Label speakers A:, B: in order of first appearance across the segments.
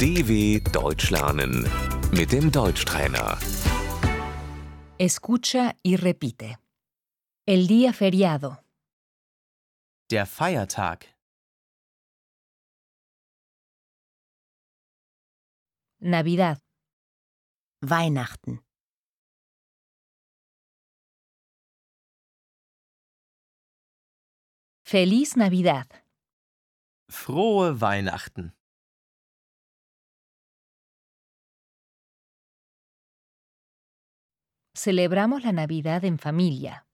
A: DW Deutsch lernen mit dem Deutschtrainer.
B: Escucha y repite. El día feriado,
C: Der Feiertag.
B: Navidad. Weihnachten. Feliz Navidad.
C: Frohe Weihnachten.
B: Celebramos la Navidad en familia.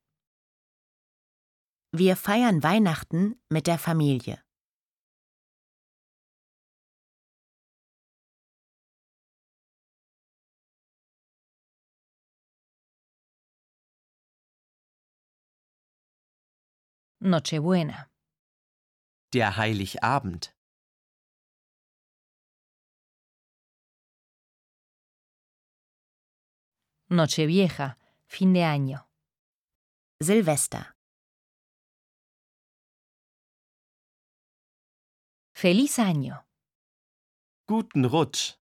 B: Wir feiern Weihnachten mit der Familie. Nochebuena,
C: Der Heiligabend.
B: Nochevieja, fin de año. Silvester. Feliz año.
C: Guten Rutsch.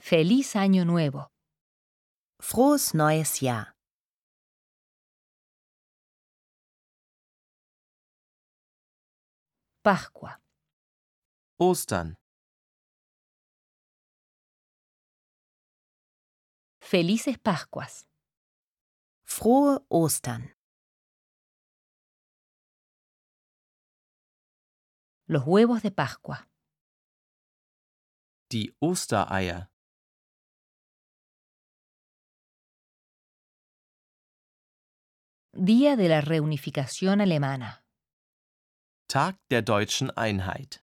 B: Feliz año nuevo.
D: Frohes neues Jahr.
B: Pascua.
C: Ostern.
B: Felices Pascuas.
D: Frohe Ostern.
B: Los huevos de Pascua.
C: Die Ostereier.
B: Día de la reunificación alemana.
C: Tag der deutschen Einheit.